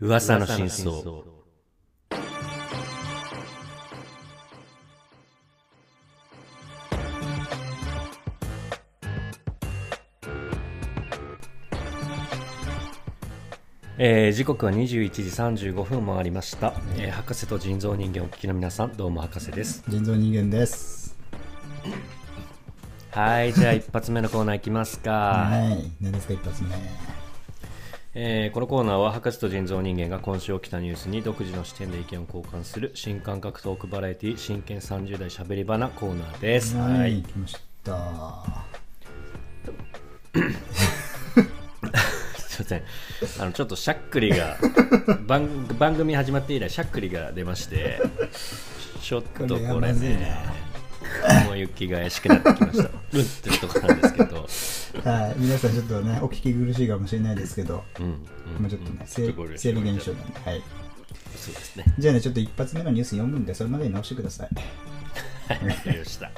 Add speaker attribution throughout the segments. Speaker 1: 噂の真相。えー時刻は21時35分もありました、えー博士と人造人間をお聞きの皆さんどうも博士です
Speaker 2: 人造人間です。
Speaker 1: はいじゃあ一発目のコーナーいきますか、
Speaker 2: はい。何ですか、一発目。
Speaker 1: えーこのコーナーは博士と人造人間が今週起きたニュースに独自の視点で意見を交換する新感覚トークバラエティ真剣30代しゃべり花コーナーです、
Speaker 2: は。
Speaker 1: はいい
Speaker 2: 来ました。は
Speaker 1: すいませんあのちょっとしゃっくりが番番組始まって以来しゃっくりが出ましてちょっと
Speaker 2: こ
Speaker 1: こ
Speaker 2: れ
Speaker 1: れ
Speaker 2: はまずい
Speaker 1: ね思い行きが怪しくなってきましたうんってとこなんですけど、
Speaker 2: い。皆さん、ちょっとね、お聞き苦しいかもしれないですけど、
Speaker 1: うんうん
Speaker 2: もうちょっとね、
Speaker 1: ちょっ
Speaker 2: 生
Speaker 1: とこれ
Speaker 2: 生理現象なんで。はい。
Speaker 1: そうですね
Speaker 2: じゃあね、ちょっと一発目のニュース読むんで、それまでに直してください。
Speaker 1: はいわかりました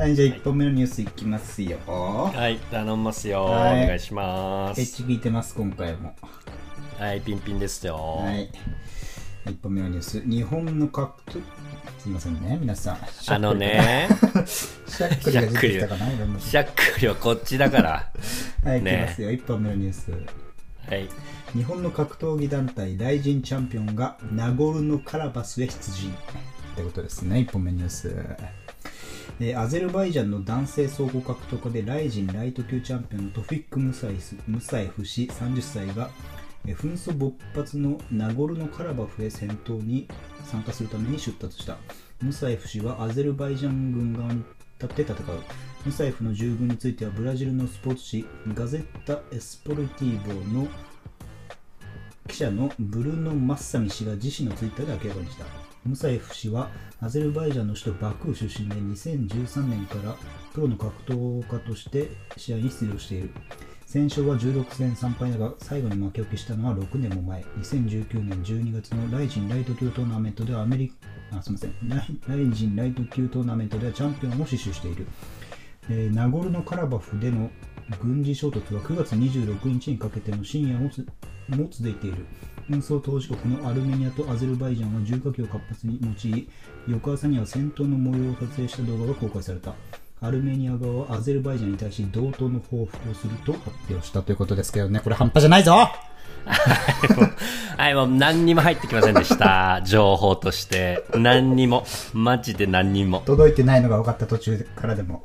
Speaker 2: はい、じゃあ一本目のニュースいきますよ。は
Speaker 1: はい頼んますよお
Speaker 2: はい
Speaker 1: 願いしま
Speaker 2: い。エッ
Speaker 1: す
Speaker 2: チ聞いてます、今回も。
Speaker 1: はいピンピンですよ
Speaker 2: はい。一本目のニュース、日本の格闘、すいませんね、皆さん。
Speaker 1: あのね
Speaker 2: しゃっくりが出てきたかな、いろんな
Speaker 1: しゃっくりはこっちだから
Speaker 2: はい、いき
Speaker 1: ね
Speaker 2: ますよ、一本目のニュース。
Speaker 1: はい
Speaker 2: 日本の格闘技団体大臣チャンピオンがナゴルノカラバスへ出陣ってことですね1本目ニュースえーアゼルバイジャンの男性総合格闘家でライジンライト級チャンピオンのトフィック・ムサイスムサイフ氏30歳が、えー紛争勃発のナゴルノカラバフへ戦闘に参加するために出立したムサイフ氏はアゼルバイジャン軍側に立って戦うムサイフの従軍についてはブラジルのスポーツ紙ガゼッタ・エスポルティーボの記者のブルノ・マッサミ氏が自身のツイッターで明らかにしたムサエフ氏はアゼルバイジャンの首都バクー出身で2013年からプロの格闘家として試合に出場している戦勝は16戦3敗だが最後に負け受けしたのは6年も前2019年12月のライジンライト級トーナメントではアメリカあすみませんライライジンライト級トーナメントではチャンピオンを死守しているえーナゴルノカラバフでの軍事衝突は9月26日にかけての深夜もつも続いている紛争当事国のアルメニアとアゼルバイジャンは重火器を活発に用い翌朝には戦闘の模様を撮影した動画が公開されたアルメニア側はアゼルバイジャンに対し同等の報復をすると発表したということですけどねこれ半端じゃないぞ
Speaker 1: はい、もう何にも入ってきませんでした。情報として。何にも。マジで何にも。
Speaker 2: 届いてないのが分かった途中からでも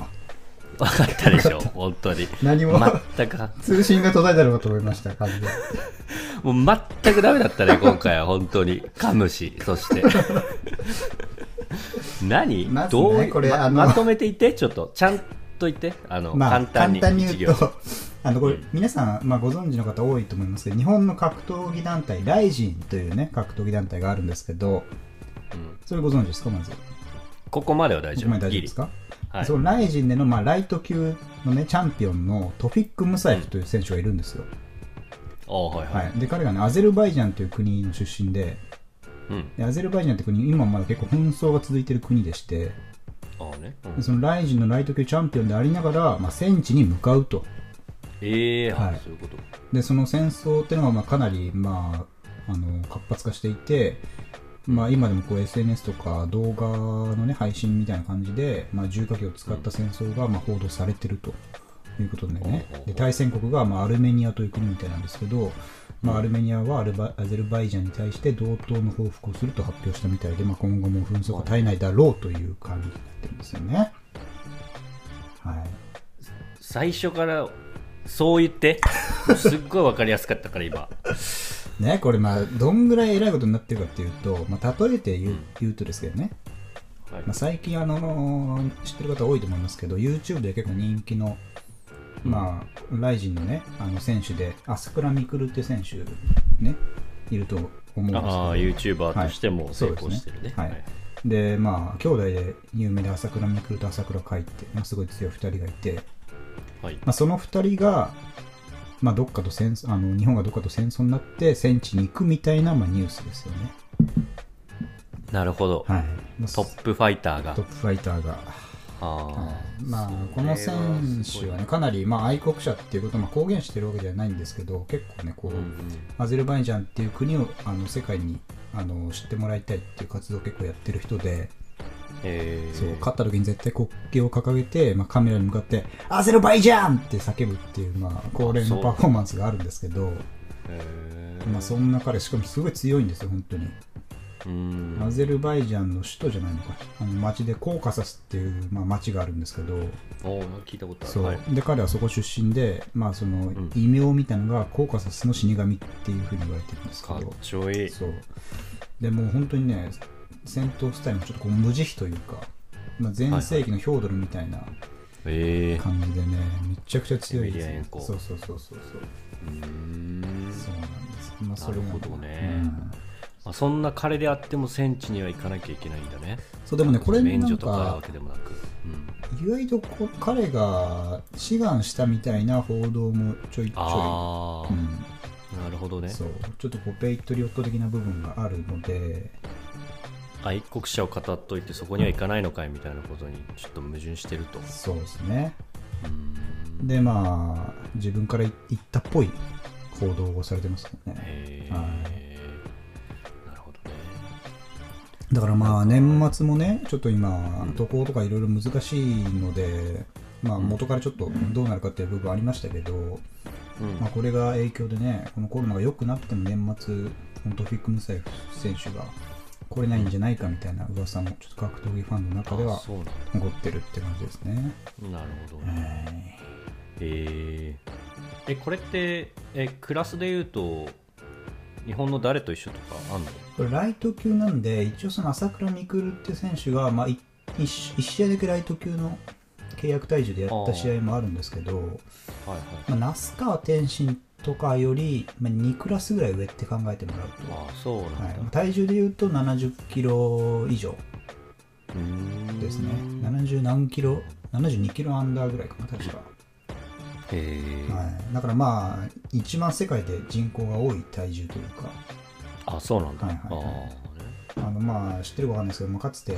Speaker 1: 分かったでしょ、本当に。
Speaker 2: 何も
Speaker 1: 全く、も
Speaker 2: 通信が途絶えたのかと思いました感じで
Speaker 1: う全くダメだったね、今回は、本当に。噛むし、そ して。何、
Speaker 2: まずね
Speaker 1: どう
Speaker 2: これ
Speaker 1: ま
Speaker 2: あの
Speaker 1: まとめていって、ちょっと。ちゃんと言って。あの、
Speaker 2: まあ、
Speaker 1: 簡単に。一
Speaker 2: 言う
Speaker 1: 行。
Speaker 2: と、 あのこれ、皆さん、まあ、ご存知の方多いと思いますけど、日本の格闘技団体、ライジンというね、格闘技団体があるんですけど、
Speaker 1: うん
Speaker 2: それご存知ですか、まず。
Speaker 1: ここまでは大
Speaker 2: こ
Speaker 1: 丈
Speaker 2: こま
Speaker 1: 夫。
Speaker 2: で大丈夫ですか
Speaker 1: ギリはい
Speaker 2: そのライジンでの、まあ、ライト級のね、チャンピオンのトフィック・ムサイフという選手がいるんですよ。
Speaker 1: あはいはい。
Speaker 2: はい。で、彼がね、アゼルバイジャンという国の出身で、
Speaker 1: うん。
Speaker 2: でアゼルバイジャンって国、今まだ結構紛争が続いてる国でして、
Speaker 1: ああね。うん
Speaker 2: でそのライジンのライト級チャンピオンでありながら、まあ、戦地に向かうと。
Speaker 1: ええ
Speaker 2: はい
Speaker 1: そういうこと。
Speaker 2: でその戦争っていうのがまあかなり、まあ、あの活発化していて、まあ、今でもこう SNS とか動画の、ね、配信みたいな感じで、まあ、重火器を使った戦争がまあ報道されてるということでね
Speaker 1: うん
Speaker 2: で対戦国がまあアルメニアという国みたいなんですけど、まあ、アルメニアはアルバアゼルバイジャンに対して同等の報復をすると発表したみたいで、まあ、今後も紛争が絶えないだろうという感じになってるんですよね。はい
Speaker 1: 最初からそう言ってすっごい分かりやすかったから今
Speaker 2: ね、これまあどんぐらい偉いことになってるかっていうと、まあ、例えて言う,、言うとですけどね、
Speaker 1: はい
Speaker 2: まあ、最近あの知ってる方多いと思いますけど YouTube で結構人気の、まあ、ライジンのねあの選手で朝倉未来って選手ねいると思うんですけど
Speaker 1: ああ YouTuber としても成功してるね,、
Speaker 2: はいそうですねはいでまあ兄弟で有名で朝倉未来と朝倉海って、まあ、すごい強い2人がいて、
Speaker 1: はい
Speaker 2: まあ、その2人が、まあ、どっかと戦争あの日本がどっかと戦争になって戦地に行くみたいな、まあ、ニュースですよね。
Speaker 1: なるほど、
Speaker 2: はい、まあ
Speaker 1: トップファイターが
Speaker 2: トップファイターが、
Speaker 1: あー
Speaker 2: まあ
Speaker 1: それは、
Speaker 2: この選手はね、かなり、まあ、愛国者っていうことをまあ公言してるわけではないんですけど、結構ね、こ
Speaker 1: す
Speaker 2: う、
Speaker 1: ごいうん
Speaker 2: アゼルバイジャンっていう国をあの世界にあの知ってもらいたいっていう活動を結構やってる人で、
Speaker 1: えー
Speaker 2: そう勝った時に絶対国旗を掲げて、まあ、カメラに向かって「アゼルバイジャン!」って叫ぶっていう、まあ、恒例のパフォーマンスがあるんですけど
Speaker 1: え
Speaker 2: まあ、そんな彼しかもすごい強いんですよ本当に、
Speaker 1: ーうん
Speaker 2: アゼルバイジャンの首都じゃないのかあの町でコーカサスっていう、まあ、町があるんですけど
Speaker 1: おー聞いたことある
Speaker 2: そう、
Speaker 1: はい
Speaker 2: で彼はそこ出身で、まあ、その
Speaker 1: ん
Speaker 2: 異名みたいなのがコーカサスの死神っていうふうに言われてるんですけ
Speaker 1: かっ
Speaker 2: ど
Speaker 1: ちょいい
Speaker 2: そうでもう本当にね戦闘スタイルもちょっとこう無慈悲というか、まあ、前世紀のヒョードルみたいな
Speaker 1: えー
Speaker 2: 感じでね、めちゃくちゃ強いで
Speaker 1: エミリア
Speaker 2: す
Speaker 1: ン
Speaker 2: よ
Speaker 1: エンコ
Speaker 2: そうそうそうそうそう
Speaker 1: うーん
Speaker 2: そうなんです、まあ、それが
Speaker 1: なるほどねまあそんな彼であっても戦地には行かなきゃいけないんだね
Speaker 2: うんそうでもねこれ
Speaker 1: 免
Speaker 2: なん
Speaker 1: 除とかある
Speaker 2: か
Speaker 1: わけでもなく、うん、
Speaker 2: 意外とこ彼が志願したみたいな報道もちょいちょ
Speaker 1: あ
Speaker 2: い、うん、
Speaker 1: あなるほどね
Speaker 2: そうちょっとこうペイトリオット的な部分があるので
Speaker 1: 愛国者を語っといてそこには行かないのかいみたいなことにちょっと矛盾してると
Speaker 2: そうですね
Speaker 1: うん
Speaker 2: でまあ自分から言ったっぽい行動をされてますよね
Speaker 1: へえ
Speaker 2: は
Speaker 1: なるほどね
Speaker 2: だからまあ年末もねちょっと今渡航とかいろいろ難しいので、まあ、元からちょっとどうなるかっていう部分ありましたけど、
Speaker 1: うん
Speaker 2: まあ、これが影響でねこのコロナが良くなっても年末本当フィック・ムサイフ選手が来れないんじゃないかみたいな噂もちょっと格闘技ファンの中で
Speaker 1: あ
Speaker 2: は
Speaker 1: そうなんだ
Speaker 2: 起こってるって感じですね。
Speaker 1: なるほど
Speaker 2: は
Speaker 1: ね
Speaker 2: い
Speaker 1: へええこれってえクラスでいうと日本の誰と一緒とかあんの
Speaker 2: これライト級なんで一応その朝倉未来っていう選手が、まあ、1, 試合だけライト級の契約体重でやった試合もあるんですけど、
Speaker 1: はいはい
Speaker 2: まあ、那須川天心とかより、まあ、2クラスぐらい上って考えてもらうと、
Speaker 1: ああそうなんだ、
Speaker 2: はいまあ体重でいうと70キロ以上
Speaker 1: うーん
Speaker 2: ですね70何キロ72キロアンダーぐらいかな確か、
Speaker 1: へえ、
Speaker 2: はい、だからまあ一番世界で人口が多い体重というか
Speaker 1: あそうなんだ、
Speaker 2: はいはいは
Speaker 1: あ
Speaker 2: い
Speaker 1: あね
Speaker 2: あのまあ知ってるかわかんないですけど、まあ、かつて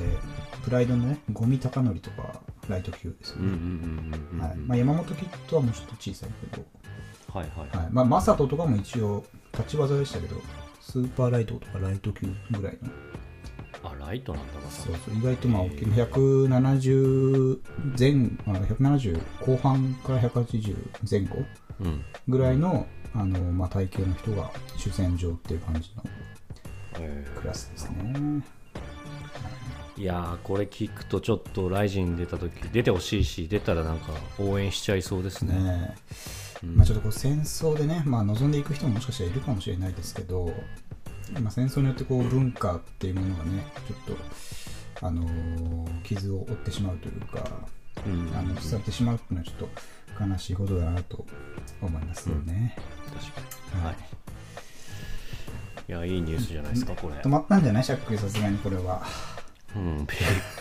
Speaker 2: プライドのねゴミ高則とかライト級ですよ
Speaker 1: うんうん
Speaker 2: ね、
Speaker 1: うんうんうんうん
Speaker 2: はいまあ、山本キッドはもうちょっと小さいけど、
Speaker 1: はいはい
Speaker 2: はいまあ、マサトとかも一応立ち技でしたけどスーパーライトとかライト級ぐらいの
Speaker 1: あライトなんだまさ
Speaker 2: そうそう意外とまあ大きい170前あ170後半から180前後
Speaker 1: うん
Speaker 2: ぐらいのあの、まあ、体型の人が主戦場っていう感じの
Speaker 1: え
Speaker 2: クラスですね
Speaker 1: ーいやーこれ聞くとちょっとライジン出た時出てほしいし出たらなんか応援しちゃいそうですね
Speaker 2: ねえ
Speaker 1: うん
Speaker 2: まあ、ちょっとこう戦争でね、まあ、望んでいく人ももしかしたらいるかもしれないですけど、まあ、戦争によってこう文化っていうものがねちょっと、あのー傷を負ってしまうというか
Speaker 1: うん
Speaker 2: あの
Speaker 1: 確
Speaker 2: 伝ってしまうっていうのはちょっと悲しいことだなと思いますよね。
Speaker 1: かには
Speaker 2: はい
Speaker 1: いいやいいニュースじゃないですかこれ
Speaker 2: 止まったんじゃないしゃっくりさすがにこれは。
Speaker 1: うんびっ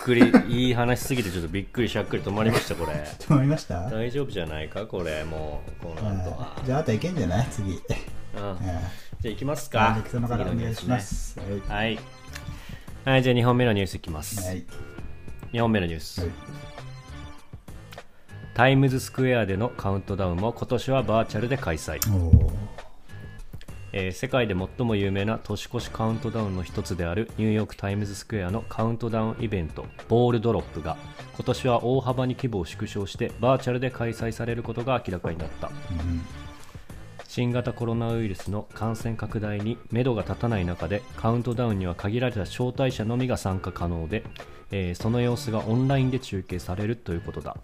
Speaker 1: くりいい話すぎてちょっとびっくりしゃっくり止まりましたこれ
Speaker 2: 止まりました
Speaker 1: 大丈夫じゃないかこれもうこの後は
Speaker 2: はいじゃああといけんじゃない次。
Speaker 1: うん
Speaker 2: ええ
Speaker 1: じゃあ行きます
Speaker 2: じゃあ
Speaker 1: か
Speaker 2: お客様からお願いしま
Speaker 1: 次
Speaker 2: す。
Speaker 1: のニュースねはいはいじゃあ2本目のニュースいきます
Speaker 2: はい。はい
Speaker 1: 2本目のニュース、
Speaker 2: はい
Speaker 1: タイムズスクエアでのカウントダウンも今年はバーチャルで開催、
Speaker 2: おー
Speaker 1: えー世界で最も有名な年越しカウントダウンの一つであるニューヨーク・タイムズスクエアのカウントダウンイベントボールドロップが今年は大幅に規模を縮小してバーチャルで開催されることが明らかになった
Speaker 2: うん
Speaker 1: 新型コロナウイルスの感染拡大に目処が立たない中でカウントダウンには限られた招待者のみが参加可能で、えーその様子がオンラインで中継されるということだ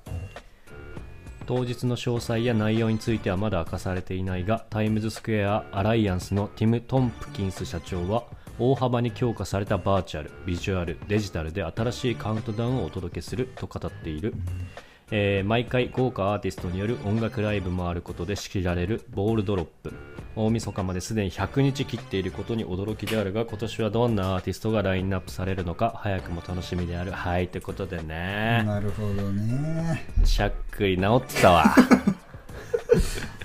Speaker 1: 当日の詳細や内容についてはまだ明かされていないがタイムズスクエアアライアンスのティム・トンプキンス社長は大幅に強化されたバーチャルビジュアルデジタルで新しいカウントダウンをお届けすると語っている、えー毎回豪華アーティストによる音楽ライブもあることで仕切られるボールドロップ大晦日まですでに100日切っていることに驚きであるが今年はどんなアーティストがラインナップされるのか早くも楽しみであるはいということでね
Speaker 2: なるほどね。
Speaker 1: しゃっくり治ってたわ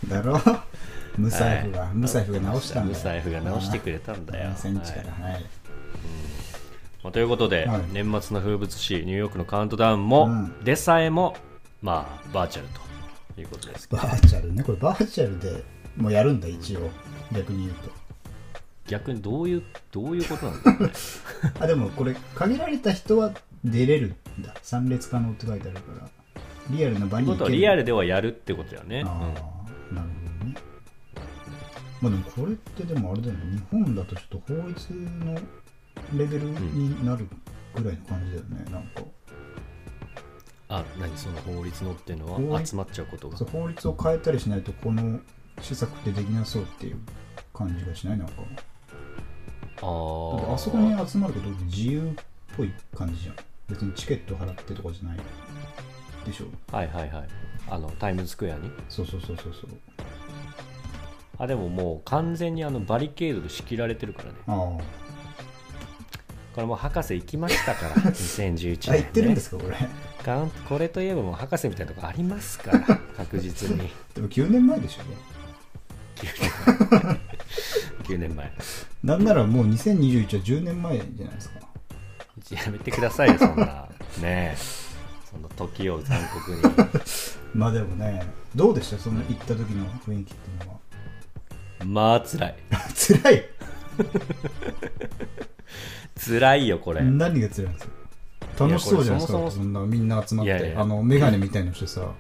Speaker 2: だろ無財布が、無財布が直したんだよ
Speaker 1: 無財布が直してくれたんだよ
Speaker 2: センチからはい、
Speaker 1: ままあ、ということで、
Speaker 2: はい
Speaker 1: 年末の風物詩ニューヨークのカウントダウンも、
Speaker 2: うん
Speaker 1: でさえも、まあ、バーチャルということです
Speaker 2: バーチャルねこれバーチャルでもうやるんだ一応逆に言うと
Speaker 1: 逆にどういうどういうこと なんだろうね
Speaker 2: あでもこれ限られた人は出れるんだ参列可能って書いてあるからリアルな場に
Speaker 1: こ
Speaker 2: 行
Speaker 1: とは
Speaker 2: ける
Speaker 1: リアルではやるってことだよね、
Speaker 2: ああなるほどねまあでもこれってでもあれだよね日本だとちょっと法律のレベルになるぐらいの感じだよね、なんか
Speaker 1: あ何その法律のっていうの
Speaker 2: 法
Speaker 1: は
Speaker 2: 律
Speaker 1: 集まっちゃうことが
Speaker 2: そう法律を変えたりしないとこの施策ってできなそうっていう感じがしないなんかだって
Speaker 1: あ
Speaker 2: あそこに集まることって自由っぽい感じじゃん別にチケット払ってとかじゃないでしょ
Speaker 1: はいはいはいあのタイムズスクエアに
Speaker 2: そうそうそうそうそう
Speaker 1: あでももう完全にあのバリケードで仕切られてるからね
Speaker 2: あ
Speaker 1: これもう博士行きましたから 2011年、
Speaker 2: あ
Speaker 1: ね、
Speaker 2: 言ってるんですかこれ
Speaker 1: かんこれといえばもう博士みたいなとこありますから 確実に
Speaker 2: でも9年前でしょ
Speaker 1: 9年前
Speaker 2: なんならもう2021は10年前じゃないですか
Speaker 1: やめてくださいよそんなねえその時を残酷に
Speaker 2: まあでもねどうでしたその行った時の雰囲気っていうのは
Speaker 1: まあ辛い
Speaker 2: 辛い
Speaker 1: 辛いよこれ
Speaker 2: 何が辛いんですか楽しそうじゃないですか
Speaker 1: いやこれそもそも
Speaker 2: そんなみんな集まって
Speaker 1: いやいや
Speaker 2: あのメガネみたいな人さ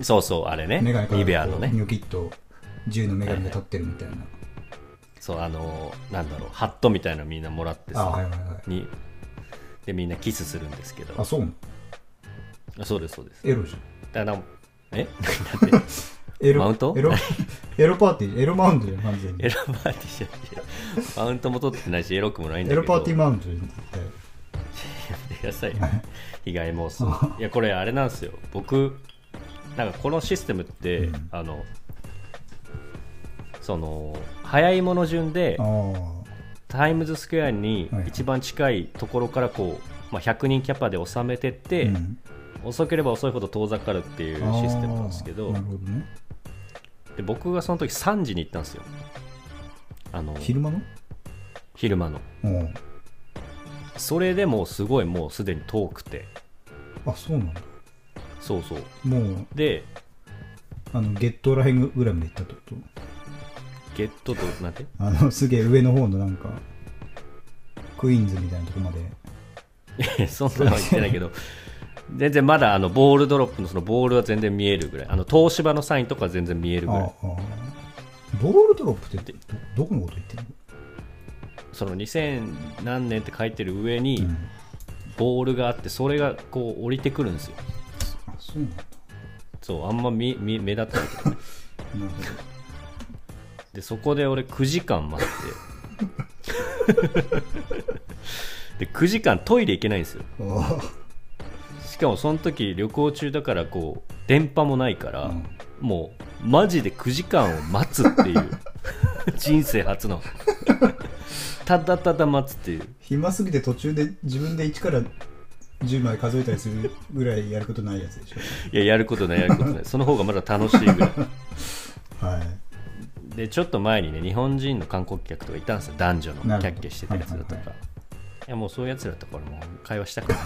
Speaker 1: そうそうあれね
Speaker 2: メガネから
Speaker 1: ニベアの
Speaker 2: こう
Speaker 1: ね
Speaker 2: ニョキッと銃のメガネが立ってるみたいな、
Speaker 1: そうあのなんだろうハットみたいなのみんなもらって
Speaker 2: あは
Speaker 1: さ
Speaker 2: いはいはい
Speaker 1: にでみんなキスするんですけど
Speaker 2: あそうなの
Speaker 1: そうですそうです
Speaker 2: エロじゃん
Speaker 1: だからえ だって
Speaker 2: エロ
Speaker 1: マウント
Speaker 2: エロエロパーティーエロマウントじゃん完全に
Speaker 1: エロパーティーじゃんしマウントも取ってないしエロくもないんだけ
Speaker 2: エ
Speaker 1: ど
Speaker 2: ロパーティーマウントじゃん絶対
Speaker 1: やめてくだ さいよ被害妄想いやこれあれなんですよ僕なんかこのシステムって、
Speaker 2: うん
Speaker 1: あのその早いもの順で
Speaker 2: あ
Speaker 1: タイムズスクエアに
Speaker 2: はいはい
Speaker 1: 一番近いところからこう、まあ、100人キャパで収めてっ
Speaker 2: あ、
Speaker 1: て、
Speaker 2: うん
Speaker 1: 遅ければ遅いほど遠ざかるっていうシステムなんですけ
Speaker 2: あー
Speaker 1: ど
Speaker 2: なるほどね
Speaker 1: で僕がその時3時に行ったんですよあの
Speaker 2: 昼間の
Speaker 1: 昼間の
Speaker 2: うん
Speaker 1: それでもうすごいもうすでに遠くて
Speaker 2: あそうなんだ
Speaker 1: そうそう
Speaker 2: もう
Speaker 1: で
Speaker 2: あのゲットらへんぐらいまで行ったってこと
Speaker 1: ゲットとなんて
Speaker 2: あのすげえ上の方のなんかクイーンズみたいなとこまで
Speaker 1: いやそんなのは言ってないけど、全然まだあのボールドロップのそのボールは全然見えるぐらい、あの東芝のサインとかは全然見えるぐ
Speaker 2: あ
Speaker 1: ら
Speaker 2: あ
Speaker 1: い、
Speaker 2: ボールドロップってどどこのこと言ってる
Speaker 1: その2000何年って書いてる上
Speaker 2: の、
Speaker 1: に
Speaker 2: うん、
Speaker 1: ボールがあって、それがこう降りてくるんですよ。
Speaker 2: あそうなんだ
Speaker 1: そう、あんま見見目立たないけどね。
Speaker 2: なるほど
Speaker 1: で、そこで俺9時間待って。 で、9時間トイレ行けないんですよ。
Speaker 2: あ
Speaker 1: しかもその時旅行中だからこう、電波もないから、
Speaker 2: あ、うん
Speaker 1: もうマジで9時間を待つっていう 人生初のただただ待つっていう
Speaker 2: 暇すぎて途中で自分で1から10枚数えたりするぐらいやることないやつでし
Speaker 1: いややることないやることないその方がまだ楽しいぐらい
Speaker 2: ょはい
Speaker 1: でちょっと前にね日本人の観光客とかいたんですよ男女のキ
Speaker 2: な
Speaker 1: ャ
Speaker 2: る
Speaker 1: ッ
Speaker 2: ほど
Speaker 1: キャしてたやつだとか、
Speaker 2: はいいはいは
Speaker 1: やもうそういうやつらとこれもう会話したくない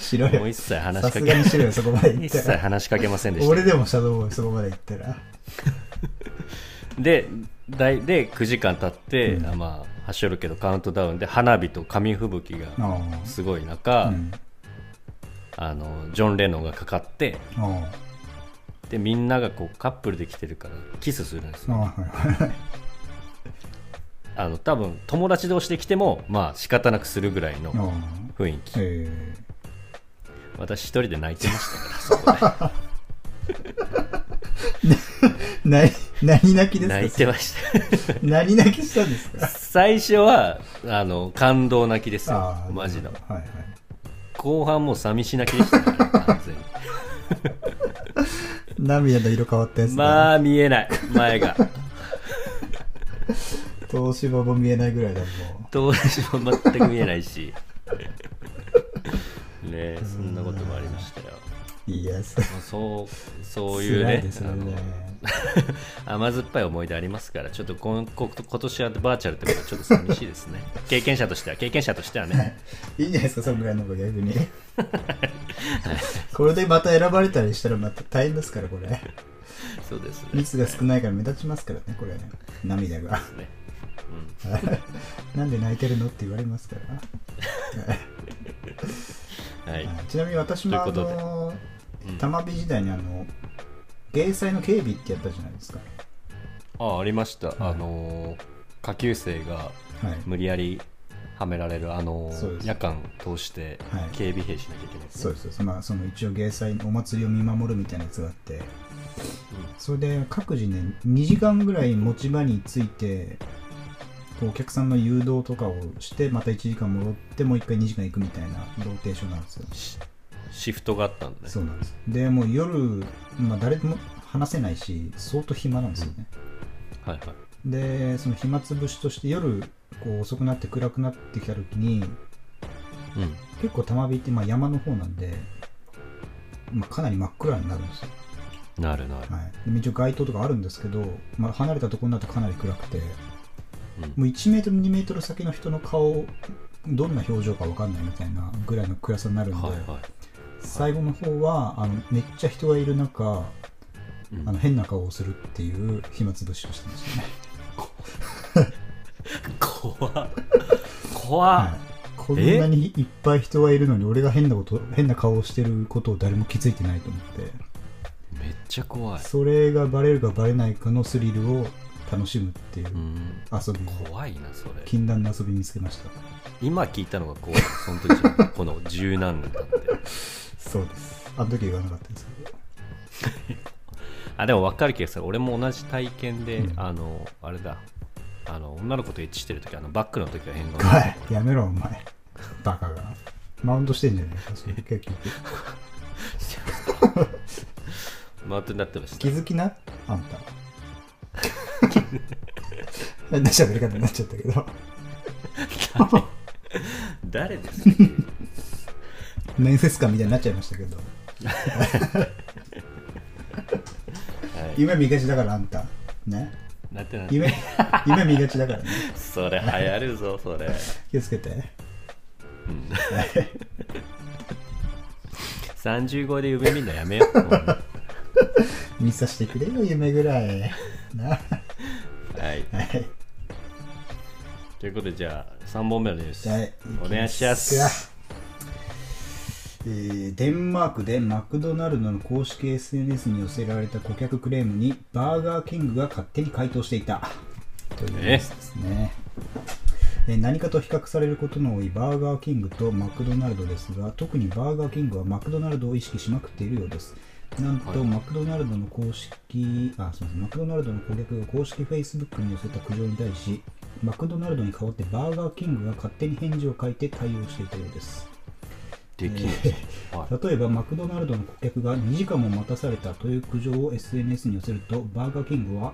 Speaker 2: 知ら
Speaker 1: んでもう
Speaker 2: よ
Speaker 1: 一切話
Speaker 2: さ
Speaker 1: しか
Speaker 2: す
Speaker 1: け
Speaker 2: がにしろよそこまで行 っ
Speaker 1: 一
Speaker 2: た
Speaker 1: 切
Speaker 2: ら
Speaker 1: 話しかけませんでし
Speaker 2: 俺
Speaker 1: た
Speaker 2: でもシャドウボーイそこまで行ったら
Speaker 1: でだいで9時間経って、
Speaker 2: うん
Speaker 1: あまあはしょるけどカウントダウンで花火と紙吹雪が
Speaker 2: あ
Speaker 1: すごい中、
Speaker 2: あうん
Speaker 1: あのジョン・レノンがかかって
Speaker 2: あ
Speaker 1: でみんながこうカップルで来てるからキスするんです
Speaker 2: あああ
Speaker 1: よ
Speaker 2: はいはい
Speaker 1: あの多分友達同士で来てもまあ仕方なくするぐらいの
Speaker 2: あ
Speaker 1: 雰囲気
Speaker 2: あええ
Speaker 1: 私一人で泣いてましたからそこ
Speaker 2: ない 何泣き
Speaker 1: で
Speaker 2: ですか
Speaker 1: 泣いてました
Speaker 2: 何泣きしたんです か
Speaker 1: 最初はあの感動泣きですよ
Speaker 2: あー
Speaker 1: マジの
Speaker 2: はいはい
Speaker 1: 後半もう寂し泣きで したから完全
Speaker 2: 涙の色変わったやつ、
Speaker 1: に
Speaker 2: ね、
Speaker 1: まあ見えない前が
Speaker 2: 東芝も見えないぐらいだも
Speaker 1: どうしようも全く見えない しねえそんなこともありましたよ
Speaker 2: ういやそ
Speaker 1: まあそうそうういう
Speaker 2: 辛い
Speaker 1: ね
Speaker 2: です
Speaker 1: あの
Speaker 2: ね
Speaker 1: 甘酸っぱい思い出ありますから、ちょっとこんこ今年はバーチャルってことはちょっと寂しいです ね。経験者としては、経験者としてはね。
Speaker 2: いいんじゃないですか、そのぐらいの方が逆 に。これでまた選ばれたりしたらまた大変ですから、これ。
Speaker 1: そうですね。
Speaker 2: 率が少ないから目立ちますからね、これ。涙が。
Speaker 1: ね
Speaker 2: なんで泣いてるのって言われますか
Speaker 1: うん
Speaker 2: ら。
Speaker 1: はい。
Speaker 2: はいちなみに私もあ
Speaker 1: ということで
Speaker 2: の
Speaker 1: うん
Speaker 2: 玉美時代にあの芸祭の警備ってやったじゃないですか
Speaker 1: あ、ありました。あのー、下級生が
Speaker 2: はい
Speaker 1: 無理やりはめられる、あの
Speaker 2: そうで
Speaker 1: ー、
Speaker 2: す
Speaker 1: 夜間通して
Speaker 2: はい
Speaker 1: 警備兵しなきゃいけないです
Speaker 2: そう
Speaker 1: ね。
Speaker 2: ですそうですまあその一応芸祭のお祭りを見守るみたいなやつがあってそれで各自ね2時間ぐらい持ち場についてこうお客さんの誘導とかをしてまた1時間戻ってもう1回2時間行くみたいなローテーションなんですよ
Speaker 1: シフトがあったんだね。
Speaker 2: そうなんですでもう夜、まあ、誰とも話せないし相当暇なんですよね、
Speaker 1: はいはい。
Speaker 2: でその暇つぶしとして夜こう遅くなって暗くなってきた時に
Speaker 1: うん。
Speaker 2: 結構玉火ってまあ山の方なんで、まあ、かなり真っ暗になるんですよ、
Speaker 1: なるなる。
Speaker 2: はい、で一応街灯とかあるんですけど、まあ、離れたところになるとかなり暗くて
Speaker 1: うん
Speaker 2: もう1メートル2メートル先の人の顔どんな表情か分かんないみたいなぐらいの暗さになるんで、
Speaker 1: はいは
Speaker 2: 最後の方はあのめっちゃ人がいる中
Speaker 1: い。うん
Speaker 2: あの変な顔をするっていう暇つぶしをしてましたね、
Speaker 1: 怖っ怖っ
Speaker 2: はいこんなにいっぱい人がいるのに俺が変なこと変な顔をしてることを誰も気づいてないと思って
Speaker 1: めっちゃ怖い。
Speaker 2: それがバレるかバレないかのスリルを楽しむっていう
Speaker 1: うん。
Speaker 2: 遊びを
Speaker 1: 怖いな、それ。
Speaker 2: 禁断の遊び見つけました
Speaker 1: 今聞いたのが怖い。その時じゃないこの十何年経って。
Speaker 2: そうですあの時は言わなかったですけど
Speaker 1: あでも分かる気がする俺も同じ体験で、
Speaker 2: うん
Speaker 1: あのあれだあの女の子とエッチしてる時あのバックの時は変顔
Speaker 2: おいやめろお前バカがマウントしてんじゃねえかそれ結局
Speaker 1: マウントになってました
Speaker 2: 気づきなあんた変な喋り方になっちゃったけど
Speaker 1: 誰ですかね
Speaker 2: 面接官みたいになっちゃいましたけど
Speaker 1: はい
Speaker 2: 夢見がちだからあんたね
Speaker 1: なってない
Speaker 2: 夢夢見がちだからね
Speaker 1: それ流行るぞそれ、
Speaker 2: 気をつけて
Speaker 1: うん、30号で夢見るのやめよ う、は
Speaker 2: 見させてくれよ夢ぐらいな
Speaker 1: い、
Speaker 2: はい
Speaker 1: ということでじゃあ3本目のニュース、
Speaker 2: はい
Speaker 1: お願いします
Speaker 2: えーデンマークでマクドナルドの公式 SNS に寄せられた顧客クレームにバーガーキングが勝手に回答していたというニュースですね、えー何かと比較されることの多いバーガーキングとマクドナルドですが特にバーガーキングはマクドナルドを意識しまくっているようですなんと、
Speaker 1: はい
Speaker 2: マクドナルドの公式あすみませんマクドナルドの顧客が公式 Facebook に寄せた苦情に対しマクドナルドに代わってバーガーキングが勝手に返事を書いて対応していたようです
Speaker 1: できない、はい
Speaker 2: 例えばマクドナルドの顧客が2時間も待たされたという苦情を SNS に寄せるとバーガーキングは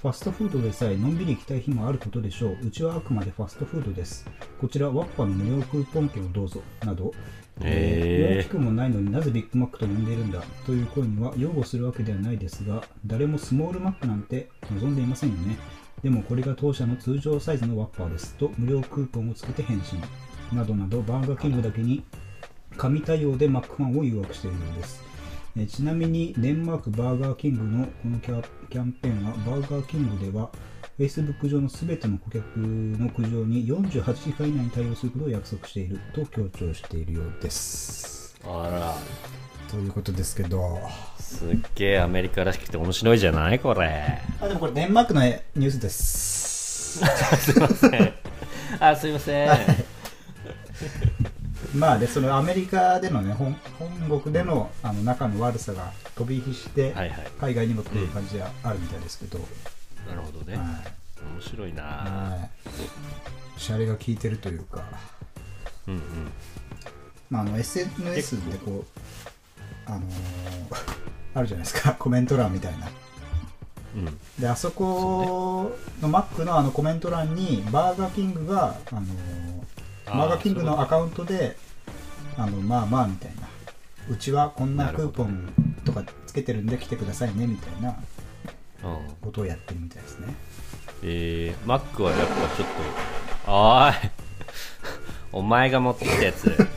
Speaker 2: ファストフードでさえのんびり行きたい日もあることでしょううちはあくまでファストフードですこちらワッパの無料クーポン券をどうぞなど、
Speaker 1: へー
Speaker 2: 大きくもないのになぜビッグマックと呼んでいるんだという声には擁護するわけではないですが誰もスモールマックなんて望んでいませんよねでもこれが当社の通常サイズのワッパーですと無料クーポンをつけて返信などなどバーガーキングだけに神対応でマックファンを誘惑しているようですえーちなみにデンマークバーガーキングのこのキャキャンペーンはバーガーキングでは Facebook 上のすべての顧客の苦情に48時間以内に対応することを約束していると強調しているようです
Speaker 1: あ
Speaker 2: ということですけど
Speaker 1: らすっげえアメリカらしくて面白いじゃないこれ
Speaker 2: あでもこれデンマークのニュースです
Speaker 1: すいません あすいません
Speaker 2: まあでそのアメリカでのね本本国でのあの仲の悪さが飛び火して、
Speaker 1: はいはい
Speaker 2: 海外にもっていう感じはあるみたいですけど、
Speaker 1: なるほどね、
Speaker 2: はい
Speaker 1: 面白いな
Speaker 2: はい、シャレが効いてるというか、
Speaker 1: うんうん
Speaker 2: まあ、あの SNS ってこう、あのー あるじゃないですか、 コメント欄みたいな。
Speaker 1: うん
Speaker 2: で、あそこのマックのあのコメント欄に、バーガーキングが、あのー
Speaker 1: あー
Speaker 2: バーガーキングのアカウントで、あのまあまあみたいな、うちはこんなクーポンとかつけてるんで来てくださいねみたいな
Speaker 1: うん、
Speaker 2: ことをやってるみたいですね。
Speaker 1: えー、マックはやっぱちょっと、おーい、お前が持ってきたや つ。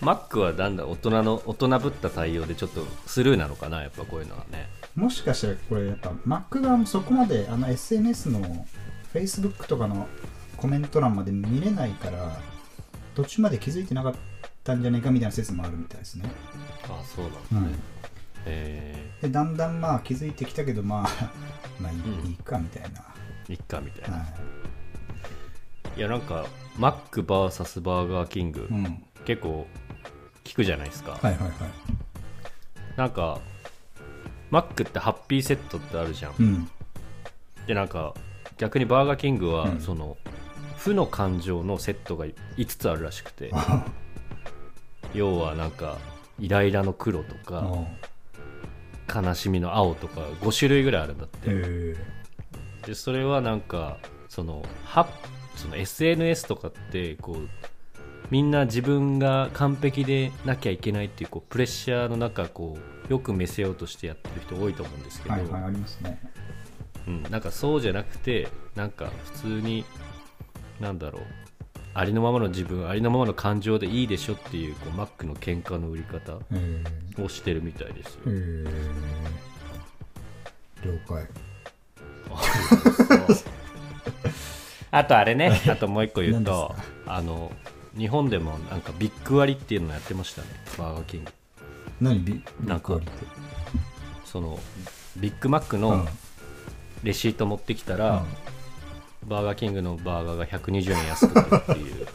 Speaker 1: マックはなんだ大人の大人ぶった対応でちょっとスルーなのかなやっぱこういうのはね
Speaker 2: もしかしたらこれやっぱ Mac 側もそこまであの SNS の Facebook とかのコメント欄まで見れないから途中まで気づいてなかったんじゃないかみたいな説もあるみたいですね。
Speaker 1: あそうなんです
Speaker 2: う
Speaker 1: ね、
Speaker 2: ん、
Speaker 1: え
Speaker 2: でだんだんまあ気づいてきたけどまあ まあいい,、
Speaker 1: うん
Speaker 2: いいかみたいな。
Speaker 1: ー、いっかみたいな、、
Speaker 2: はい
Speaker 1: やなんかマック VS バーガーキング、
Speaker 2: い、うん。はい
Speaker 1: 結構聞くじゃないですか、
Speaker 2: はいはい。
Speaker 1: なんかマックってハッピーセットってあるじゃん、
Speaker 2: うん。
Speaker 1: でなんか逆にバーガーキング
Speaker 2: う
Speaker 1: は
Speaker 2: ん
Speaker 1: その、負の感情のセットが5つあるらしくて
Speaker 2: あ
Speaker 1: 要はなんかイライラの黒と
Speaker 2: あ。
Speaker 1: か
Speaker 2: おう
Speaker 1: 悲しみの青とか5種類ぐらいあるんだって
Speaker 2: へえ。
Speaker 1: でそれはなんかそのはその SNS とかってこうみんな自分が完璧でなきゃいけないっていうこうプレッシャーの中こうよく見せようとしてやってる人多いと思うんですけど、
Speaker 2: はいはいありますね。
Speaker 1: うん、なんかそうじゃなくてなんか普通になんだろうありのままの自分ありのままの感情でいいでしょっていうこうマックの喧嘩の売り方
Speaker 2: へえ。
Speaker 1: をしてるみたいですよ
Speaker 2: へ。え。了解。
Speaker 1: あとあれね、あともう一個言う
Speaker 2: 何
Speaker 1: と、あの、日本でもなんかビッグ割っていうのやってましたね、バーガーキング。
Speaker 2: 何ビ
Speaker 1: なんか
Speaker 2: ビッグ割って
Speaker 1: その、ビッグマックのレシート持ってきたら、バーガーキングのバーガーが120円安くなるっていう。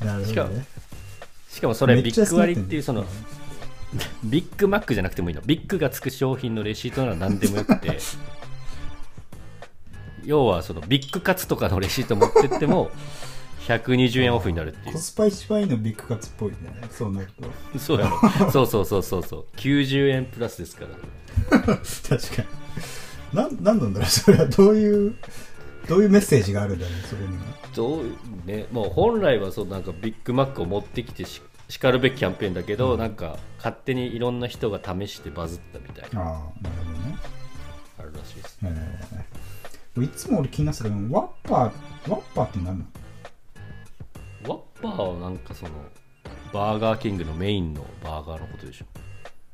Speaker 2: うん、なるほ
Speaker 1: し
Speaker 2: ど
Speaker 1: か
Speaker 2: ね
Speaker 1: も。しかもそれ
Speaker 2: め
Speaker 1: ビ
Speaker 2: っち
Speaker 1: ッ
Speaker 2: ゃ安
Speaker 1: グ
Speaker 2: くな
Speaker 1: 割っていうその、 ビッグマックじゃなくてもいいの。ビッグがつく商品のレシートなら何でもよく て。要はそのビッグカツとかのレシート持ってっても120円オフになるっていう
Speaker 2: コ。スパ一番いいのビッグカツっぽいねそうなると
Speaker 1: そうやろ。 そうそうそうそうそう。90円プラスですから。
Speaker 2: 確かになんなんなんだろうそれはどういうどういうメッセージがあるんだろうそれには
Speaker 1: どうね、もう本来はそうなんかビッグマックを持ってきてししかるべきキャンペーンだけど、なんか勝手にいろんな人が試してバズったみたいな
Speaker 2: ああなるほどね
Speaker 1: あるらしいです。
Speaker 2: えーいつも俺気になってたけどワッパーワッパーって何なの
Speaker 1: ワッパーはなんかそのバーガーキングのメインのバーガーのことでしょ。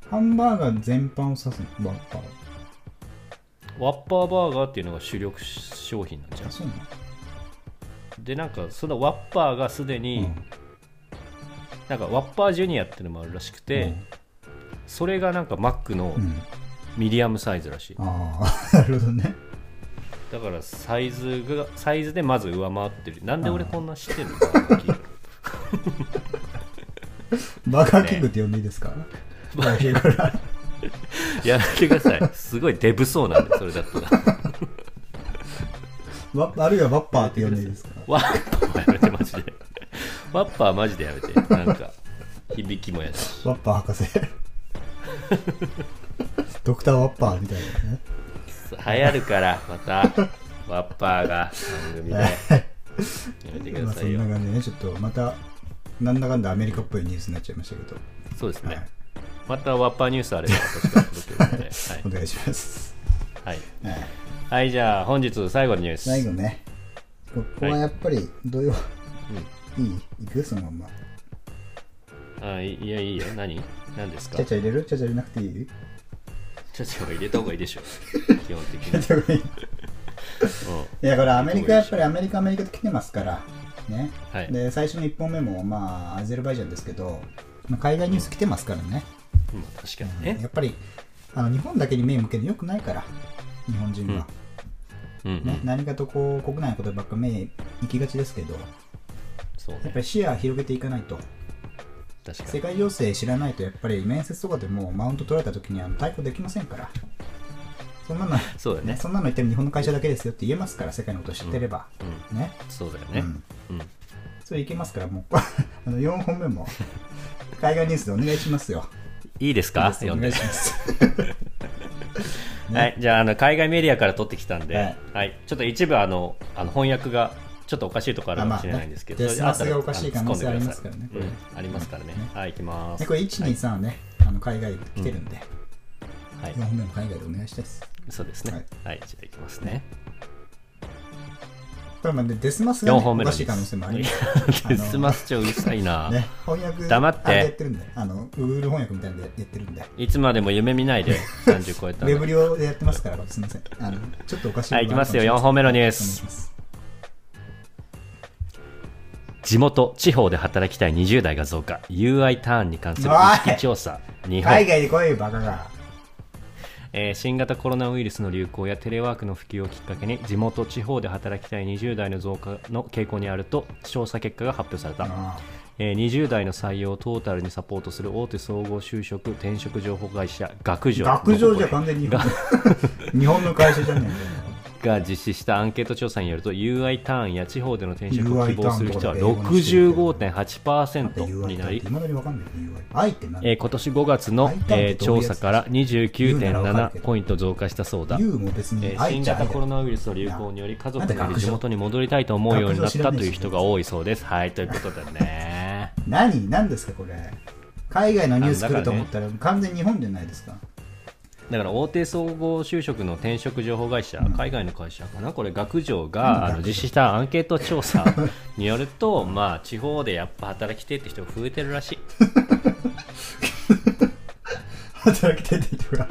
Speaker 2: ハンバーガー全般を指すのワッパー
Speaker 1: ワッパーバーガーっていうのが主力商品なんじゃ
Speaker 2: あそうなの
Speaker 1: ん。でなんかそのワッパーがすでに、
Speaker 2: うん
Speaker 1: なんかワッパージュニアっていうのもあるらしくて、それがなんかマックの
Speaker 2: うんうん
Speaker 1: ミディアムサイズらしい。
Speaker 2: ああなるほどね
Speaker 1: だからサイズがサイズでまず上回ってるなんで俺こんな知ってるの
Speaker 2: バーガーキングって呼んでいいですか、バーガーキングから
Speaker 1: やめてくださいすごいデブそうなんでそれだった ら
Speaker 2: ワッパーあるいはワッパーって呼んでいいですか
Speaker 1: ワッパーはやめてマジでワッパーはマジでやめてなんか響きもやし
Speaker 2: ワッパー 博士ドクターワッパーみたいなね
Speaker 1: 流行るからまたワッパーが番組でやめてく
Speaker 2: ま
Speaker 1: だ
Speaker 2: あ
Speaker 1: さ
Speaker 2: そ
Speaker 1: い
Speaker 2: ん
Speaker 1: よ
Speaker 2: な感じでねちょっとまたなんだかんだアメリカっぽいニュースになっちゃいましたけど、
Speaker 1: そうです
Speaker 2: は
Speaker 1: ね
Speaker 2: い
Speaker 1: またワッパーニュースあれば私が届けるので
Speaker 2: お願いします、
Speaker 1: はい、はい
Speaker 2: はい、
Speaker 1: はい、じゃあ本日最後のニュース
Speaker 2: 最後ねここはやっぱり土曜、いい行くそのまんま
Speaker 1: あいいやいいよ何何ですか
Speaker 2: ちゃちゃ入れるちゃちゃ入れなくていい
Speaker 1: ちょちょ入れた方がいいでしょ 基本的
Speaker 2: ちゃ
Speaker 1: に、
Speaker 2: ちゃ入れない
Speaker 1: うん
Speaker 2: いやこれアメリカやっぱりアメリカアメリカと来てますからね、
Speaker 1: はい
Speaker 2: で最初の1本目もまあアゼルバイジャンですけど、まあ、海外ニュース来てますからね、
Speaker 1: まあ、確かにね、
Speaker 2: やっぱりあの日本だけに目向けるのよくないから日本人は、
Speaker 1: うんうん
Speaker 2: ね、何かとこう国内のことばっか目行きがちですけどや
Speaker 1: そう
Speaker 2: っ
Speaker 1: ね
Speaker 2: ぱり視野を広げていかないと
Speaker 1: 確か
Speaker 2: 世
Speaker 1: に
Speaker 2: 界情勢知らないとやっぱり面接とかでもうマウント取られた時にあの対抗できませんからそんなの、
Speaker 1: そうだよ
Speaker 2: ね、
Speaker 1: ね
Speaker 2: そんなの言っても日本の会社だけですよって言えますから世界のこと知ってれば、
Speaker 1: うん
Speaker 2: ね
Speaker 1: そうだよね
Speaker 2: うん
Speaker 1: うん、
Speaker 2: それいけますからもう あの4本目も海外ニュースでお願いしますよ
Speaker 1: いいですか
Speaker 2: お
Speaker 1: 読ん
Speaker 2: 願い
Speaker 1: で、
Speaker 2: します
Speaker 1: はいじゃああの海外メディアから取ってきたんで、
Speaker 2: は
Speaker 1: はいいちょっと一部あのあの翻訳がちょっとおかしいところあるかもしれないんですけど、
Speaker 2: あまあね
Speaker 1: それあった
Speaker 2: デスマスがおかしい可能性ありますからね
Speaker 1: あの突っ込んでくださいうん、ありますからね、はい行きま
Speaker 2: ですこれ123ね、あの海外来てるんで、
Speaker 1: はい
Speaker 2: 4、本目も海外でお願いしたいです。
Speaker 1: そうですね。はい、じゃあいきますね。
Speaker 2: ただまあねデスマスが、
Speaker 1: 4
Speaker 2: ね、
Speaker 1: 本目
Speaker 2: お
Speaker 1: の
Speaker 2: かしい可能性もあります。
Speaker 1: デスマス超うるさいな。
Speaker 2: ね、翻訳
Speaker 1: 黙って
Speaker 2: あれやってるんで、あの、Google 翻訳みたいなのやってるんで、
Speaker 1: いつまでも夢見ないで30超え
Speaker 2: ウ
Speaker 1: たの
Speaker 2: ェブ用でやってますから、すみません。あの、ちょっとおかしい
Speaker 1: はい行きますよ4本目のニュース
Speaker 2: お願いします
Speaker 1: 地元、地方で働きたい20代が増加。UI ターンに関する意識調査。日本
Speaker 2: 海外で来いよ、バカが。
Speaker 1: えー新型コロナウイルスの流行やテレワークの普及をきっかけに地元地方で働きたい20代の増加の傾向にあると調査結果が発表された、
Speaker 2: あ
Speaker 1: えー20代の採用をトータルにサポートする大手総合就職転職情報会社学
Speaker 2: ー
Speaker 1: 上
Speaker 2: 学上じ
Speaker 1: ど
Speaker 2: ゃ
Speaker 1: こ
Speaker 2: 完
Speaker 1: こ
Speaker 2: 全に日 本日本の会社じゃね
Speaker 1: が実施したアンケート調査によると UI ターンや地方での転職を
Speaker 2: UI
Speaker 1: 希望する人は
Speaker 2: ターンとかで英語えよ。
Speaker 1: 65.8%になり
Speaker 2: いまだにわかんないよ、UI。愛って何
Speaker 1: えー今年5月の
Speaker 2: UI、ターン
Speaker 1: え
Speaker 2: って
Speaker 1: ー
Speaker 2: どういう
Speaker 1: 調査
Speaker 2: やつ
Speaker 1: から29.7ポイント増加したそうだ
Speaker 2: U も別に
Speaker 1: えー
Speaker 2: 愛
Speaker 1: 新
Speaker 2: じゃな
Speaker 1: 型
Speaker 2: い
Speaker 1: コロナウイルスの流行により家族なり地元に戻りたいと思うようになったという人が多いそうです。はい、ということでね。
Speaker 2: 何何ですかこれ海外のニュース来ると思ったら完全に日本じゃないですか
Speaker 1: だから大手総合就職の転職情報会社、海外の会社かな、これ、学長が、あの実施したアンケート調査によると、まあ、地方でやっぱ働きてって人が増えてるらしい。
Speaker 2: 働きたいって人が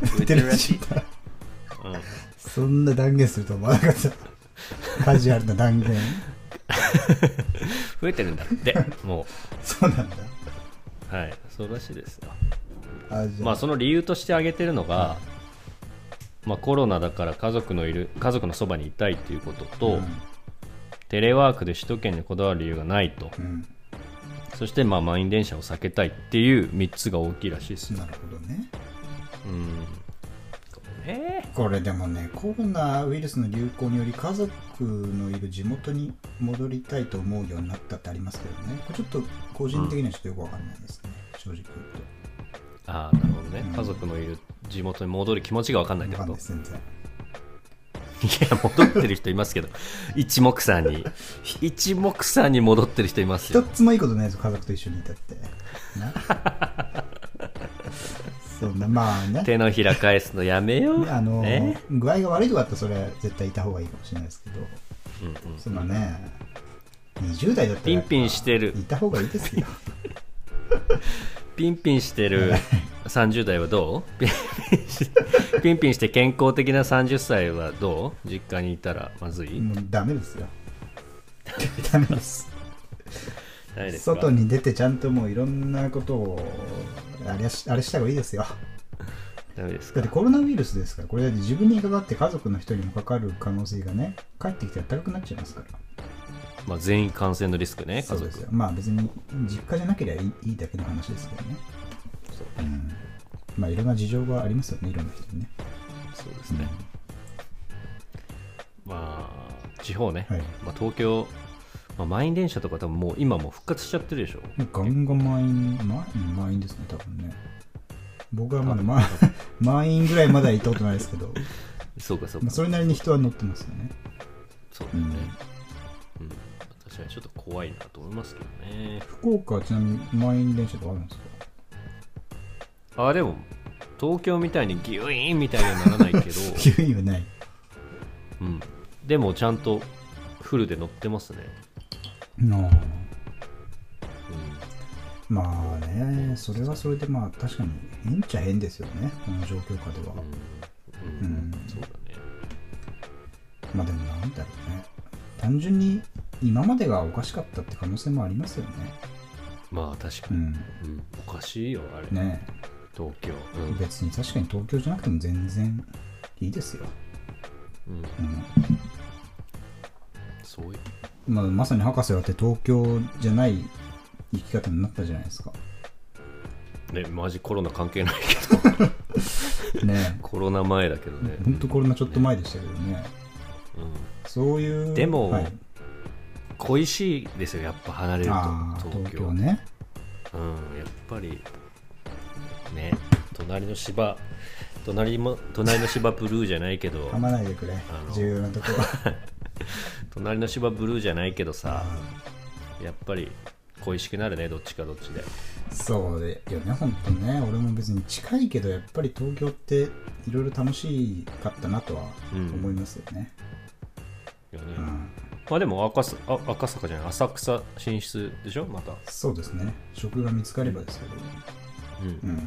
Speaker 1: うん、増えてるらしい。うん
Speaker 2: そんな断言すると思わなかっ たカジュアルな断言
Speaker 1: 増えてるんだって、も
Speaker 2: そうなんだ
Speaker 1: う、はい、そうらしいですよ。
Speaker 2: あじゃあ、
Speaker 1: まあその理由として挙げてるのが、まあ、コロナだから家族のいる家族のそばにいたいっていうことと、
Speaker 2: うん
Speaker 1: テレワークで首都圏にこだわる理由がないと
Speaker 2: うん、
Speaker 1: そしてまあ満員電車を避けたいっていう3つが大きいらしいですよ
Speaker 2: なるほどね
Speaker 1: うんえ
Speaker 2: これでもねコロナウイルスの流行により家族のいる地元に戻りたいと思うようになったってありますけどねこれちょっと個人的にはちょっとよくわかんないですね、正直言うと
Speaker 1: ああなるほどね
Speaker 2: うん
Speaker 1: 家族のいる地元に戻る気持ちが分かんないって
Speaker 2: わ
Speaker 1: こ
Speaker 2: かん
Speaker 1: と
Speaker 2: ない
Speaker 1: い
Speaker 2: です全然
Speaker 1: や戻ってる人いますけど 一目散に一目散に戻ってる人います
Speaker 2: 一
Speaker 1: よ
Speaker 2: つもいいことないぞ家族と一緒にいたって なそんなまあね
Speaker 1: 手のひら返すのやめよう
Speaker 2: あの、
Speaker 1: ね
Speaker 2: 具合が悪いとかあったらそれは絶対いた方がいいかもしれないですけど
Speaker 1: うんうん
Speaker 2: そのね20代だったら
Speaker 1: ピ
Speaker 2: や
Speaker 1: ン
Speaker 2: っぱ
Speaker 1: ピンしてる
Speaker 2: いた方がいいですよ
Speaker 1: ピンピンしてる30代はどうピンピンし ピンピンして健康的な30歳はどう実家にいたらまずい、
Speaker 2: もうダ メですよダメです
Speaker 1: ないですか
Speaker 2: 外に出てちゃんともういろんなことをあれしあれした方がいいですよ
Speaker 1: ダメです
Speaker 2: だ
Speaker 1: か
Speaker 2: ってコロナウイルスですからこれだって自分にかかって家族の人にもかかる可能性がね帰ってきたら高くなっちゃいますから
Speaker 1: まあ、全員感染のリスクね家
Speaker 2: そう
Speaker 1: 族
Speaker 2: ですよまあ別に実家じゃなければいいいいだけの話ですけどね
Speaker 1: そう
Speaker 2: うんまあいろんな事情がありますよねいろんな人にね
Speaker 1: そうですね、まあ地方ね、
Speaker 2: はい
Speaker 1: まあ、東京、まあ、満員電車とか多分もう今もう復活しちゃってるでしょ
Speaker 2: ガンガン満員満員満員ですね多分ね僕はまだ、ま、 満員ぐらいまだ行ったことないですけど
Speaker 1: そうかそう
Speaker 2: ま
Speaker 1: か
Speaker 2: あそれなりに人は乗ってますよね
Speaker 1: そうだよね、うん確かにちょっと怖いなと思いますけどね
Speaker 2: 福岡はちなみに満員電車とかあるんですか
Speaker 1: ああでも東京みたいにギュイーンみたいにはならないけど
Speaker 2: 急にはない
Speaker 1: うん、でもちゃんとフルで乗ってますね、
Speaker 2: のまあねそれはそれでまあ確かに変っちゃ変ですよねこの状況下では、
Speaker 1: うん
Speaker 2: うん
Speaker 1: そうだね
Speaker 2: まあでもなんだろうね単純に今までがおかしかったって可能性もありますよね
Speaker 1: まあ確か
Speaker 2: う
Speaker 1: に、
Speaker 2: ん
Speaker 1: うんおかしいよあれ、
Speaker 2: ね
Speaker 1: 東京、
Speaker 2: 別に確かに東京じゃなくても全然いいですよ、
Speaker 1: うんうん、
Speaker 2: うん
Speaker 1: そういう
Speaker 2: まあ、まさに博士だって東京じゃない生き方になったじゃないですか
Speaker 1: ねマジコロナ関係ないけど
Speaker 2: ね
Speaker 1: コロナ前だけどね、
Speaker 2: 本当コロナちょっと前でしたけどね
Speaker 1: うん、
Speaker 2: そういう
Speaker 1: でも
Speaker 2: はい、
Speaker 1: 恋しいですよやっぱ離れると
Speaker 2: ああ
Speaker 1: 東
Speaker 2: 東
Speaker 1: 京
Speaker 2: 京ね
Speaker 1: うんやっぱりね隣の芝隣も隣の芝ブルーじゃないけど
Speaker 2: 噛まないでくれ
Speaker 1: あの
Speaker 2: 重要なところは
Speaker 1: 隣の芝ブルーじゃないけどさやっぱり恋しくなるねどっちかどっちで
Speaker 2: そうでよね、本当ね。俺も別に近いけど、やっぱり東京っていろいろ楽しかったなとは
Speaker 1: うん
Speaker 2: 思いますよね。
Speaker 1: よね、
Speaker 2: うん
Speaker 1: まあでも赤すあ赤坂じゃない浅草進出でしょまた
Speaker 2: そうですね。職が見つかればですけど。
Speaker 1: うん
Speaker 2: うん。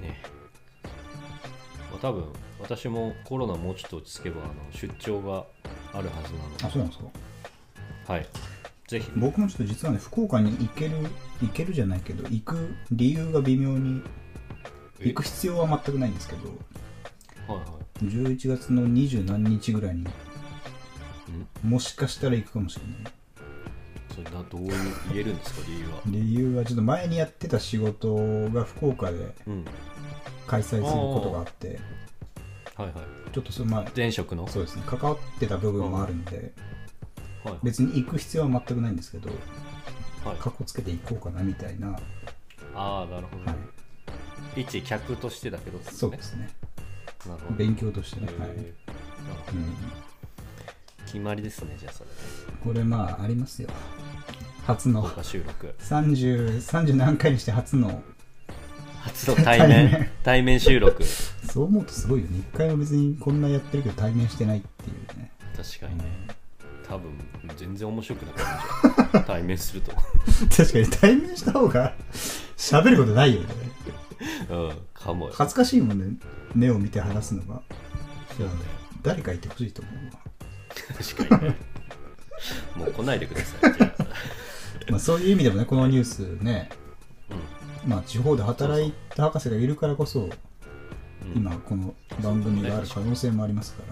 Speaker 1: ねまあ多分私もコロナもうちょっと落ち着けばあの出張があるはずなので
Speaker 2: あ、そうなんですか。
Speaker 1: はいぜひ
Speaker 2: 僕もちょっと実はね、福岡に行ける、行けるじゃないけど、行く理由が微妙に、
Speaker 1: え
Speaker 2: 行く必要は全くないんですけど、
Speaker 1: はいはい
Speaker 2: 11月の二十何日ぐらいに
Speaker 1: うん、
Speaker 2: もしかしたら行くかもしれない。
Speaker 1: それなどういう言えるんですか理由は
Speaker 2: 理由はちょっと前にやってた仕事が福岡で
Speaker 1: うん
Speaker 2: 開催することがあって、
Speaker 1: はいはい
Speaker 2: ちょっとそのまあ
Speaker 1: 前職のはい
Speaker 2: そうですね関わってた部分もあるんで、
Speaker 1: はい
Speaker 2: 別に行く必要は全くないんですけど
Speaker 1: はい
Speaker 2: かっこつけて行こうかなみたいな、は
Speaker 1: ああなるほど、一客としてだけどって
Speaker 2: い、
Speaker 1: こ
Speaker 2: そ
Speaker 1: と
Speaker 2: うですね
Speaker 1: なるほど、
Speaker 2: 勉強としてね、はい
Speaker 1: えーなるほ
Speaker 2: う
Speaker 1: ど
Speaker 2: ん、
Speaker 1: 決まりですねじゃあそれね
Speaker 2: これまあありますよ初の
Speaker 1: 豪華収録
Speaker 2: 30, 30何回にして初の
Speaker 1: 初の対面
Speaker 2: 対
Speaker 1: 対面収録
Speaker 2: そう思うとすごいよね一回も別にこんなやってるけど対面してないっていうね
Speaker 1: 確かにね多分全然面白くなくなるじゃん対面すると
Speaker 2: 確かに対面した方が喋ることないよね
Speaker 1: うんかもよ
Speaker 2: 恥ずかしいもんね目を見て話すのが誰かいてほしいと思うわ
Speaker 1: 確かにねもう来ないでくださいじゃあ
Speaker 2: まあ、そういう意味でもね、このニュースね、
Speaker 1: う
Speaker 2: まあ、地方で働いた博士がいるからこそ、
Speaker 1: んうん
Speaker 2: 今、この番組がある可能性もありますか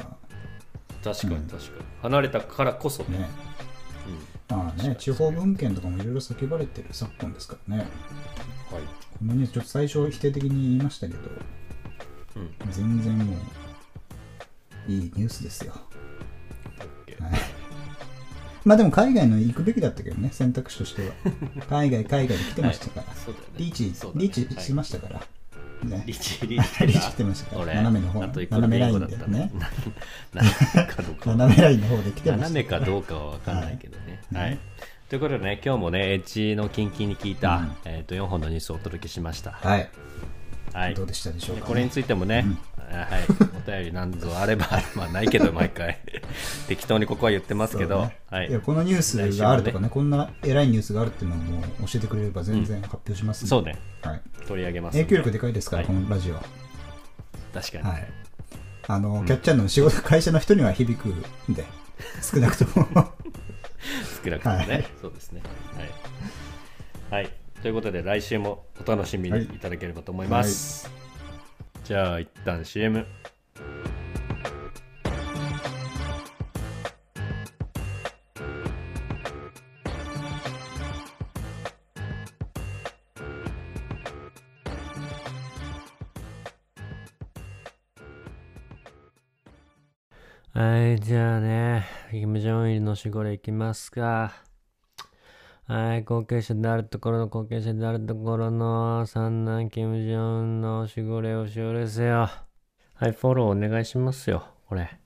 Speaker 1: 確かに確かに離れたからこそ
Speaker 2: ら、
Speaker 1: ね
Speaker 2: ね。
Speaker 1: うん
Speaker 2: まあね、地方文献とかもいろいろ叫ばれてる昨今ですからね。
Speaker 1: はい
Speaker 2: このニュース、ちょっと最初否定的に言いましたけど、
Speaker 1: うん
Speaker 2: 全然もう、いいニュースですよ。
Speaker 1: OK
Speaker 2: はいまあでも海外の行くべきだったけどね、選択肢と しては。海外、海外で来てましたから。
Speaker 1: そうだよね
Speaker 2: リーチ、
Speaker 1: そうだね
Speaker 2: リーチしましたから。ね
Speaker 1: リーチリーチ
Speaker 2: リーチ来てましたから
Speaker 1: 俺
Speaker 2: 斜めの方
Speaker 1: あと一個
Speaker 2: 斜めライン
Speaker 1: ビンゴだった
Speaker 2: ね
Speaker 1: ね斜めかどうかは
Speaker 2: 斜めラインの方で来てました
Speaker 1: 斜めかどうかは分かんないけどね。
Speaker 2: は
Speaker 1: はいい
Speaker 2: うん
Speaker 1: ということでね、今日もね、エッジの近々に聞いた、
Speaker 2: うん
Speaker 1: えー、と4本のニュースをお届けしました。
Speaker 2: はい、
Speaker 1: はい
Speaker 2: ど、うでしたでしょう
Speaker 1: で
Speaker 2: か、ね、
Speaker 1: これについてもね、あはい、お便り何ぞあれば、まあない けど、毎回、適当にここは言ってますけど、
Speaker 2: そうね
Speaker 1: はい
Speaker 2: いやこのニュースがあるとかねこんな偉いニュースがあるっていうのも教えてくれれば全然発表しますんで
Speaker 1: そうね、
Speaker 2: はい、
Speaker 1: 取り上げますん
Speaker 2: 影
Speaker 1: で、
Speaker 2: 響力でかいですから、
Speaker 1: はい
Speaker 2: このラジオは、
Speaker 1: 確かに、
Speaker 2: はい、あの、キャッチャーの仕事会社の人には響くんで少なくとも
Speaker 1: 少なくともね、
Speaker 2: はい
Speaker 1: そうですね。はい、はい、ということで、来週もお楽しみにいただければと思います。じゃあ、一旦 CM。
Speaker 3: はい、じゃあね、キム・ジョンイルの死後でいきますか。はい、後継者であるところの後継者であるところの三男キム・ジョンの死後礼をしおれせよ。はい、フォローお願いしますよ、これ。